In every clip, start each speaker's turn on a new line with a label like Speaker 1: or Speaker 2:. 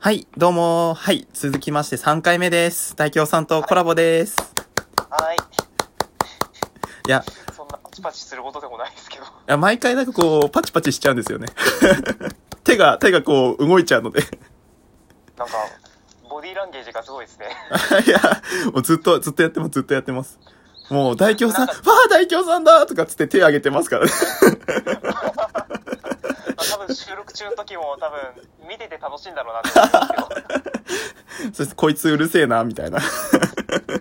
Speaker 1: はい、どうもー。はい、続きまして3回目です。大京さんとコラボです。
Speaker 2: はい。
Speaker 1: いや、い
Speaker 2: そんなパチパチすることでもないですけど。
Speaker 1: や毎回なんかこう、パチパチしちゃうんですよね。 手が、手がこう、動いちゃうので。
Speaker 2: なんか、ボディーランゲージがすごいですね。
Speaker 1: いや、もうずっと、ずっとやってます、ずっとやってます。もう、大京さん、わあ、大京さんだとかっつって手挙げてますからね。
Speaker 2: まあ多分収録中の時も多分見てて楽しいんだろうなと思うんです
Speaker 1: そして、こいつうるせえな、みたいな。
Speaker 2: けど、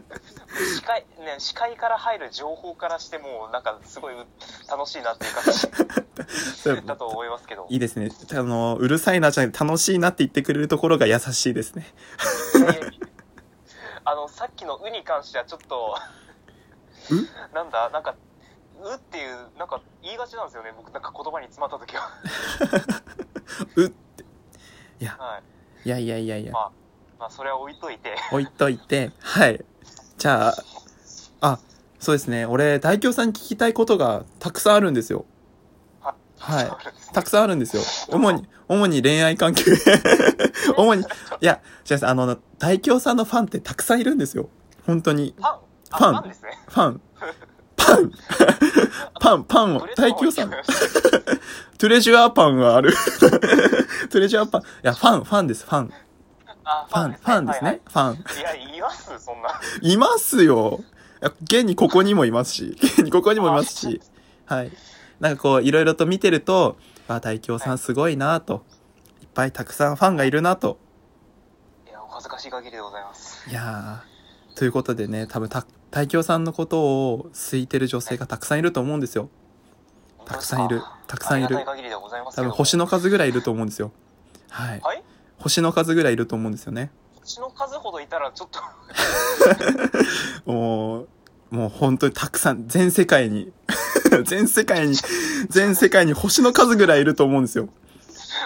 Speaker 2: 視界、ね、視界から入る情報からしても、なんかすごいう楽しいなっていう感じだと思いますけ ど。
Speaker 1: いいですね。あの、うるさいなじゃなくて、楽しいなって言ってくれるところが優しいですね。
Speaker 2: あの、さっきのウに関してはちょっと、なんだ、なんか、うっていう、なんか言いがちなんですよね。僕なんか言葉に詰まった時は。
Speaker 1: うって。いや、
Speaker 2: はい。
Speaker 1: いやいやいやいや。
Speaker 2: まあ、まあ、それは置いといて。
Speaker 1: 置いといて、はい。じゃあ、あ、そうですね。俺、大京さんに聞きたいことがたくさんあるんですよ。
Speaker 2: は
Speaker 1: はい
Speaker 2: そうですね
Speaker 1: たくさんあるんですよ。主に、主に恋愛関係。 主に、いや、違います。あの、大京さんのファンってたくさんいるんですよ。本当に。
Speaker 2: ファンあ
Speaker 1: ファン
Speaker 2: ファンですね。
Speaker 1: ファン。パン パン、パンを、大京さん。トゥレジュアーパンがある。トゥレジュアーパン。いや、ファン、ファンです、ファン。フ
Speaker 2: あ、フ
Speaker 1: ァン、ファンですね。。ファン。
Speaker 2: はいはいいや、いますそんな。
Speaker 1: いますよ。いや現にここにもいます し、現にここにもいますし、はい。なんかこう、いろいろと見てると、あ、大京さんすごいなと、いっぱいたくさんファンがいるなと。
Speaker 2: いや、お恥ずかしい限りでございます。
Speaker 1: いやー、ということでね、多分た、大京さんのことを好いてる女性がたくさんいると思うんですよ。たくさんいる
Speaker 2: 本当ですか。
Speaker 1: たくさんいる
Speaker 2: ありがたい限りでございますけ
Speaker 1: 多
Speaker 2: ど
Speaker 1: 分、星の数ぐらいいると思うんですよ。はい。
Speaker 2: はい
Speaker 1: 星の数ぐらいいると思うんですよね。
Speaker 2: 星の数ほどいたらちょっと
Speaker 1: もう、もう本当にたくさん、全世界に、 全世界に、全世界に星の数ぐらいいると思うんですよ。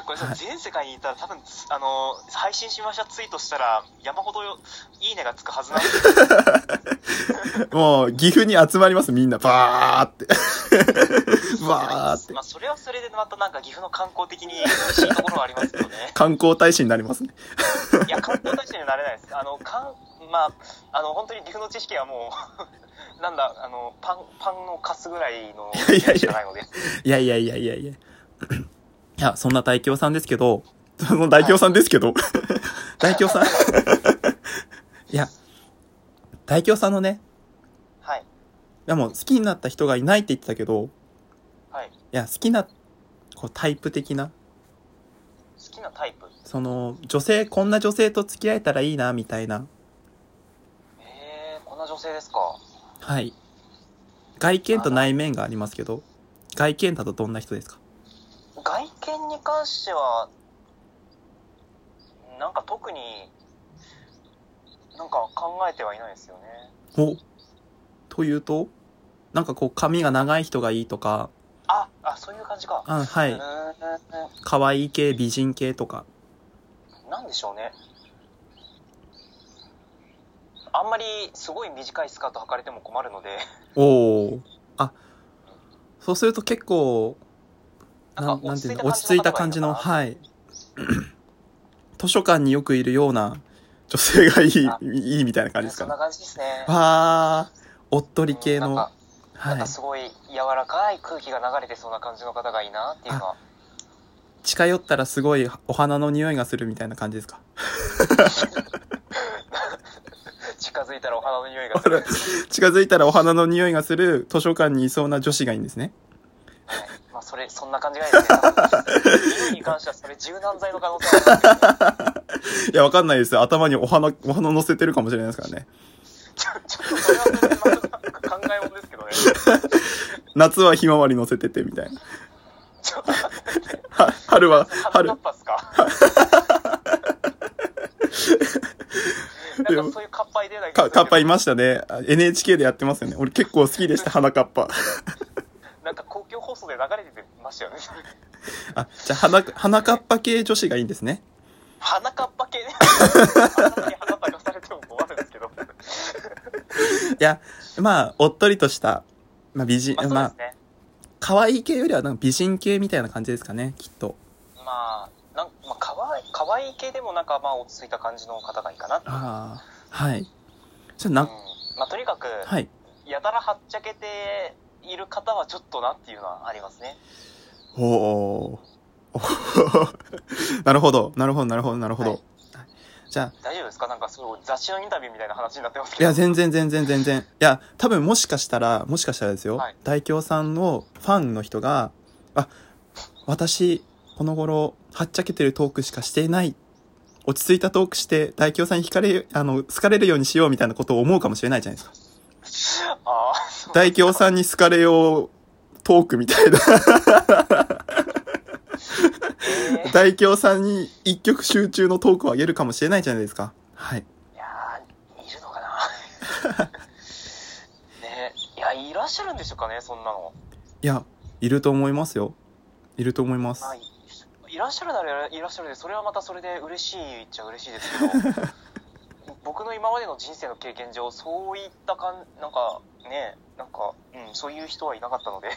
Speaker 2: これ
Speaker 1: はい
Speaker 2: さ全世界にいたら多分あの配信しましたツイートしたら山ほどよいいねがつくはずなんで
Speaker 1: もう、岐阜に集まります、みんな。バーって。 バーって。
Speaker 2: まあそれはそれでまたなんか岐阜の観光的に美味しいところはありますけどね
Speaker 1: 観光大使になりますね。
Speaker 2: いや観光大使にはなれないですあのかんまああの本当に岐阜の知識はもう なんだあのパンパンのカスぐらいの
Speaker 1: いやいやいや
Speaker 2: しかないので
Speaker 1: いやいやいやいやいや。いや、そんな大京さんですけど、その大京さんですけど、大京さん。いや、大京さんのね、
Speaker 2: はい
Speaker 1: いやもう好きになった人がいないって言ってたけど、
Speaker 2: はい
Speaker 1: いや、好きな、こう、タイプ的な、
Speaker 2: 好きなタイプ
Speaker 1: その女性こんな女性と付き合えたらいいなみたいな
Speaker 2: えー、こんな女性ですか
Speaker 1: はい外見と内面がありますけど外見だとどんな人ですか
Speaker 2: 外見に関してはなんか特になんか考えてはいないですよね
Speaker 1: おというとなんかこう髪が長い人がいいとか
Speaker 2: ああそういう感じか
Speaker 1: あは
Speaker 2: う
Speaker 1: い
Speaker 2: ーん
Speaker 1: 可愛い系美人系とか
Speaker 2: なんでしょうねあんまりすごい短いスカート履かれても困るので
Speaker 1: おおあそうすると結構な
Speaker 2: なんんか
Speaker 1: なんていうの落
Speaker 2: 落
Speaker 1: ち
Speaker 2: ち
Speaker 1: 着
Speaker 2: 着
Speaker 1: い
Speaker 2: い
Speaker 1: た
Speaker 2: た
Speaker 1: 感
Speaker 2: 感
Speaker 1: じ
Speaker 2: じ
Speaker 1: の
Speaker 2: の
Speaker 1: はい 図書館によくいるような女性がい
Speaker 2: あ
Speaker 1: いいいみたいな感じですか
Speaker 2: そん
Speaker 1: ね
Speaker 2: な感じですね
Speaker 1: わあおっとり系
Speaker 2: う
Speaker 1: の
Speaker 2: んなんか
Speaker 1: は
Speaker 2: なん
Speaker 1: い
Speaker 2: かすごい柔らかい空気が流れてそうな感じの方がいいなっていうのは
Speaker 1: 近寄ったらすごいお花の匂いがするみたいな感じですか
Speaker 2: 近づいたらお花の匂いがする
Speaker 1: 近づいたらお花の匂いがする図書館にいそうな女子がいいんですね。
Speaker 2: はいまあ、それ、そんな感じがいいですね。犬に関しては、それ柔軟剤の可能性はある
Speaker 1: いや、わかんないですよ。頭にお花、お花乗せてるかもしれないですからね。
Speaker 2: ちょちょっと、それはそれでまたなんか考えもんですけどね。
Speaker 1: 夏はひまわり乗せててみたいな。
Speaker 2: ちょっと、
Speaker 1: は春は、
Speaker 2: ハ
Speaker 1: 春
Speaker 2: カッ、パっすか なんかそういうカッパい出ない
Speaker 1: か、カッパい
Speaker 2: い
Speaker 1: ましたね。あ NHK でやってますよね。俺結構好きでした、花カッパ。
Speaker 2: なんか公共放送で流れてましたよね。
Speaker 1: あ、じゃあ、花、花カッパ系女子がいいんですね。
Speaker 2: 鼻カッパ系ね。あんなに鼻高されても困るんですけど。
Speaker 1: いや、まあ、おっとりとした、まあ、美人、
Speaker 2: まあそう
Speaker 1: ま
Speaker 2: です
Speaker 1: あ、
Speaker 2: ね。
Speaker 1: 可愛い系よりはなんか美人系みたいな感じですかね、きっと。
Speaker 2: まあ、なんままあ、かわい可愛い系でもなんかまあ落ち着いた感じの方がいいかな、うん
Speaker 1: ああはいじゃあな
Speaker 2: まあ、とにかく、
Speaker 1: はい
Speaker 2: やたらはっちゃけている方はちょっとなっていうのはありますね
Speaker 1: おおー なるほどなるほどなるほどなるほど、
Speaker 2: はい
Speaker 1: じゃあ
Speaker 2: 大丈夫ですかなんかそういう雑誌のインタビューみたいな話になってます
Speaker 1: い
Speaker 2: けど
Speaker 1: や全然全然全然いや多分もしかしたらもしかしたらですよ、
Speaker 2: はい
Speaker 1: 大京さんのファンの人があ私この頃はっちゃけてるトークしかしていない落ち着いたトークして大京さんに惹かれあの好かれるようにしようみたいなことを思うかもしれないじゃないですか
Speaker 2: ああそう
Speaker 1: 大京さんに好かれようトークみたいな
Speaker 2: えー
Speaker 1: 大京さんに一曲集中のトークをあげるかもしれないじゃないですかはい
Speaker 2: いやーいるのかな ねいやいらっしゃるんでしょうかねそんなの
Speaker 1: いやいると思いますよいると思います
Speaker 2: まあいいらっしゃるならいらっしゃるでそれはまたそれで嬉しいっちゃ嬉しいですけど僕の今までの人生の経験上そういったかんなんかねなんか、うん、そういう人はいなかったので
Speaker 1: い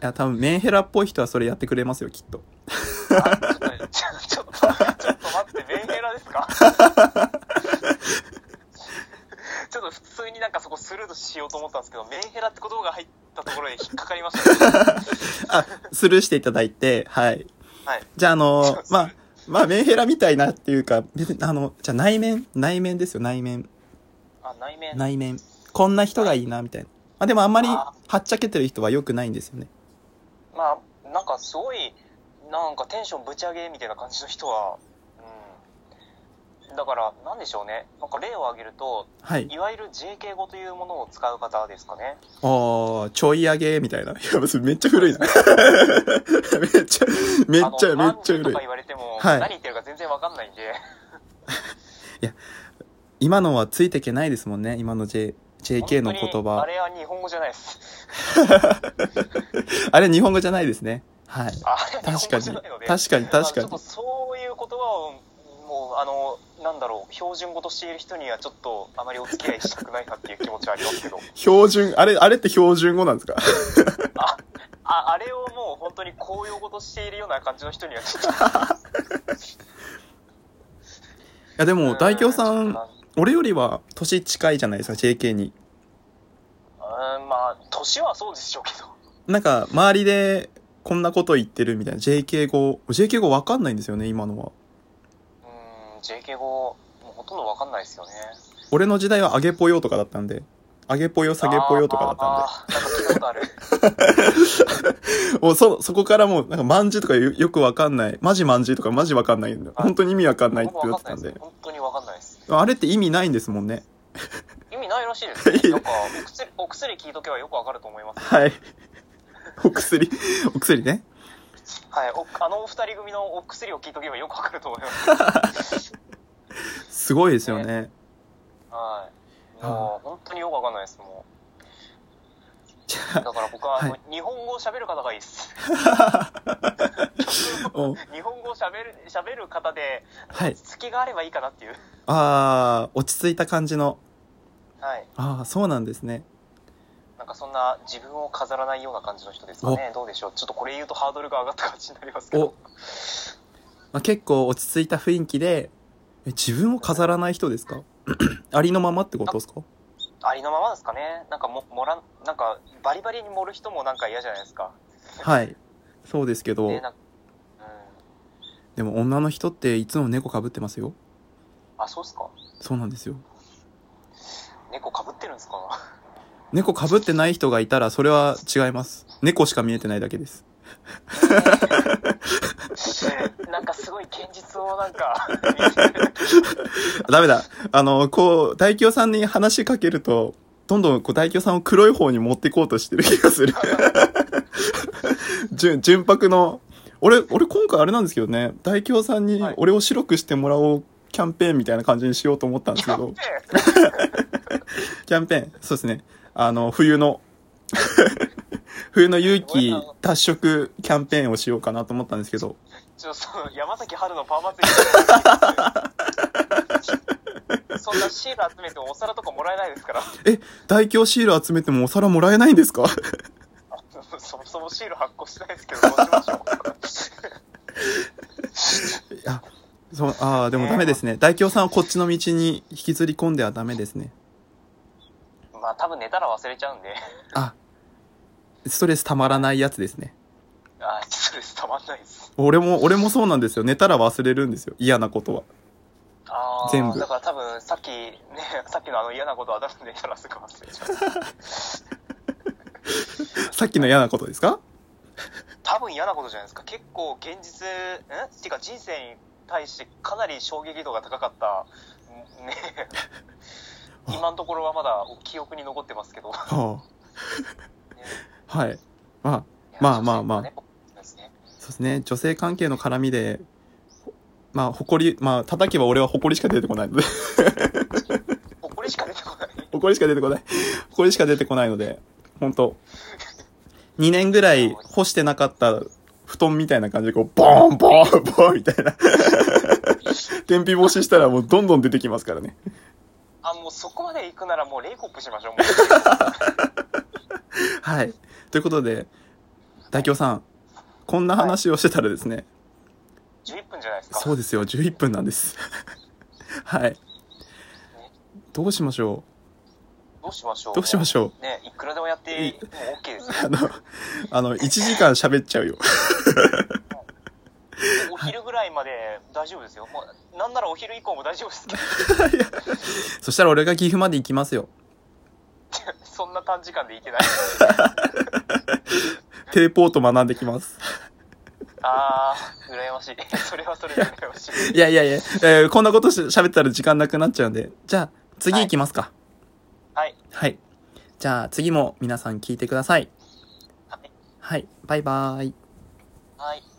Speaker 1: や多分メンヘラっぽい人はそれやってくれますよきっと
Speaker 2: あちょっとちょちょっとちょっと待ってメンヘラですかちょっと普通になんかそこスルーとしようと思ったんですけどメンヘラって言葉が入ったところで引っかかりましたね
Speaker 1: あスルーしていただいてはい
Speaker 2: はい。
Speaker 1: じゃああ
Speaker 2: そう
Speaker 1: の
Speaker 2: です
Speaker 1: まあまあメンヘラみたいなっていうか別にあのじゃあ内面内面ですよ内面
Speaker 2: あ、内面。
Speaker 1: 内面こんな人がいいなみたいなあでもあんまりは
Speaker 2: あ
Speaker 1: っちゃけてる人は良くないんですよね
Speaker 2: まあ、なんかすごい、なんかテンションぶち上げみたいな感じの人は、うん。だから、なんでしょうね。なんか例を挙げると、
Speaker 1: はい
Speaker 2: いわゆる JK 語というものを使う方ですかね。
Speaker 1: ああ、ちょい上げみたいな。いや、別にめっちゃ古いな。めっちゃ、 めっち
Speaker 2: あ
Speaker 1: ゃ、
Speaker 2: の
Speaker 1: めっちゃ
Speaker 2: アンジュと
Speaker 1: 古
Speaker 2: か
Speaker 1: い
Speaker 2: 言。われても、
Speaker 1: はい
Speaker 2: 何言ってるか全然わかんないんで、
Speaker 1: 今のはついてけないですもんね。今の J、JK の言
Speaker 2: 本当にあ
Speaker 1: 葉。
Speaker 2: れは日本語じゃないです。
Speaker 1: あれ日本語じゃないですね。はい。
Speaker 2: あれは
Speaker 1: 確
Speaker 2: 日本
Speaker 1: か
Speaker 2: 語
Speaker 1: に
Speaker 2: じゃないの。で。
Speaker 1: 確かに、確か
Speaker 2: まあちょっと
Speaker 1: に。
Speaker 2: そういう言葉を、もう、あの、なんだろう、標準語としている人にはちょっと、あまりお付き合いしたくないなっていう気持ちはありますけど。
Speaker 1: 標準、あれ、あれって標準語なんですか
Speaker 2: あ、ああれをもう本当に公用語としているような感じの人にはちょっと。
Speaker 1: いや、でも、大京さ、
Speaker 2: うんま
Speaker 1: 俺よりは年近いじゃないですか、JK に。
Speaker 2: あうん、まあ、年はそうでしょうけど。
Speaker 1: なんか、周りで、こんなこと言ってるみたいな。JK 語、JK 語わかんないんですよね、今のは。
Speaker 2: うん、JK 語、もうほとんどわかんないですよね。
Speaker 1: 俺の時代は上げぽよとかだったんで。上げぽよ、下げぽよとかだったんで。
Speaker 2: あーあーなんか聞いたことあ る。
Speaker 1: もうそ、そこからもう、なんか、まんじゅうとかよよくわかんない。マジまんじゅうとかマジわかんないんだよ。
Speaker 2: はい
Speaker 1: 本当に意味わかんないって
Speaker 2: 僕も
Speaker 1: なっ
Speaker 2: わ
Speaker 1: て
Speaker 2: か
Speaker 1: た
Speaker 2: ん
Speaker 1: ん
Speaker 2: ない
Speaker 1: で
Speaker 2: です。。本当にわかんないです。
Speaker 1: あれって意味ないんですもんね。
Speaker 2: 意味ないらしいです、 ね。なんか、お薬、お薬聞いとけばよくわかると思います。
Speaker 1: はい。お薬、お薬ね。
Speaker 2: はい。おあのお二人組のお薬を聞いとけばよくわかると思います。
Speaker 1: すごいですよね。
Speaker 2: はい。もう、本当によくわかんないです、も
Speaker 1: じ
Speaker 2: う。
Speaker 1: ゃ
Speaker 2: だから僕は、
Speaker 1: はい
Speaker 2: あの日本語を喋る方がいいです。
Speaker 1: あ、お
Speaker 2: 日本語をしゃべるしゃべる方で
Speaker 1: はい。
Speaker 2: 隙があればいいかなっていう
Speaker 1: あー、落ち着いた感じの。
Speaker 2: はい
Speaker 1: あー、そうなんですね。
Speaker 2: なんかそんな自分を飾らないような感じの人ですかねどうでしょうちょっとこれ言うとハードルが上がった感じになりますけ
Speaker 1: お
Speaker 2: ど、
Speaker 1: まあ、結構落ち着いた雰囲気で、え自分を飾らない人ですか ありのままってことですか
Speaker 2: ありのままですかねなんかも盛らんなんかバリバリに盛る人もなんか嫌じゃないですか
Speaker 1: はい。そうですけ
Speaker 2: で
Speaker 1: ど、
Speaker 2: なんかうん
Speaker 1: でも女の人っていつも猫かぶってますよ。
Speaker 2: あそうっすか
Speaker 1: そうなんですよ。
Speaker 2: 猫かぶってるんですか
Speaker 1: 猫かぶってない人がいたらそれは違います猫しか見えてないだけです
Speaker 2: なんかすごい現実をなんか
Speaker 1: ダメだあのこう大京さんに話しかけるとどんどんこう大京さんを黒い方に持ってこうとしてる気がする 純純白の俺俺今回あれなんですけどね大京さんに
Speaker 2: はい
Speaker 1: 俺を白くしてもらおうキャンペーンみたいな感じにしようと思ったんですけどキャンペーンそうですねあの冬の 冬の勇気脱色キャンペーンをしようかなと思ったんですけど
Speaker 2: ちょっとその山崎春のパーマ祭りそんなシール集めてもお皿とかもらえないですから
Speaker 1: え大京シール集めてもお皿もらえないんですか
Speaker 2: そもそもシール発行してないですけどどうしましょう
Speaker 1: そう、ああ、でもダメですね。大京さんをこっちの道に引きずり込んではダメですね。
Speaker 2: まあ多分寝たら忘れちゃうんで
Speaker 1: あ、ストレスたまらないやつですね。
Speaker 2: あーストレスたまんないです
Speaker 1: 俺も、俺もそうなんですよ。寝たら忘れるんですよ。嫌なこと は。
Speaker 2: ああ
Speaker 1: 全部
Speaker 2: だから多分さっきねさっきのあの嫌なことは多分寝たらすぐ忘れちゃう
Speaker 1: さっきの嫌なことですか
Speaker 2: 多分嫌なことじゃないですか結構現実んっていうか人生に対してかなり衝撃度が高かった んね今のところはまだ記憶に残ってます けど、ね
Speaker 1: はあ、はい。まあ、まあまあまあ
Speaker 2: いやそうですね
Speaker 1: そうですね。女性関係の絡みで、まあ、誇り、まあ、叩けば俺は誇りしか出てこないので、
Speaker 2: もうこれしか出てこない
Speaker 1: 誇りしか出てこない。誇りしか出てこないので、本当2年ぐらい干してなかった布団みたいな感じで、こう、ボーン、ボーン、ボーンみたいな。天日干ししたらもうどんどん出てきますからね。
Speaker 2: あもうそこまで行くならもうレイコップしましょうもう
Speaker 1: はい。ということで、大京さん、こんな話をしてたらですね、
Speaker 2: 11分じゃないですか
Speaker 1: そうですよ、11分なんです。はい。どうしましょ
Speaker 2: どうしましょう
Speaker 1: うどうしましょう
Speaker 2: うねいくらでもやってもう OK ですよ
Speaker 1: あの、あの、1時間喋っちゃうよ。
Speaker 2: お昼ぐらいまで大丈夫ですよもうなんならお昼以降も大丈夫ですけど
Speaker 1: そしたら俺が岐阜まで行きますよ。
Speaker 2: そんな短時間で行けない
Speaker 1: テレポート学んできます。
Speaker 2: あー羨ましい それはそれで羨ましい
Speaker 1: いやいやいや、えーこんなことし喋ったら時間なくなっちゃうんで、じゃあ、次行きますか。
Speaker 2: はい
Speaker 1: はい。じゃあ、次も皆さん聞いてください。
Speaker 2: はい
Speaker 1: はい、バイバーイ。
Speaker 2: はい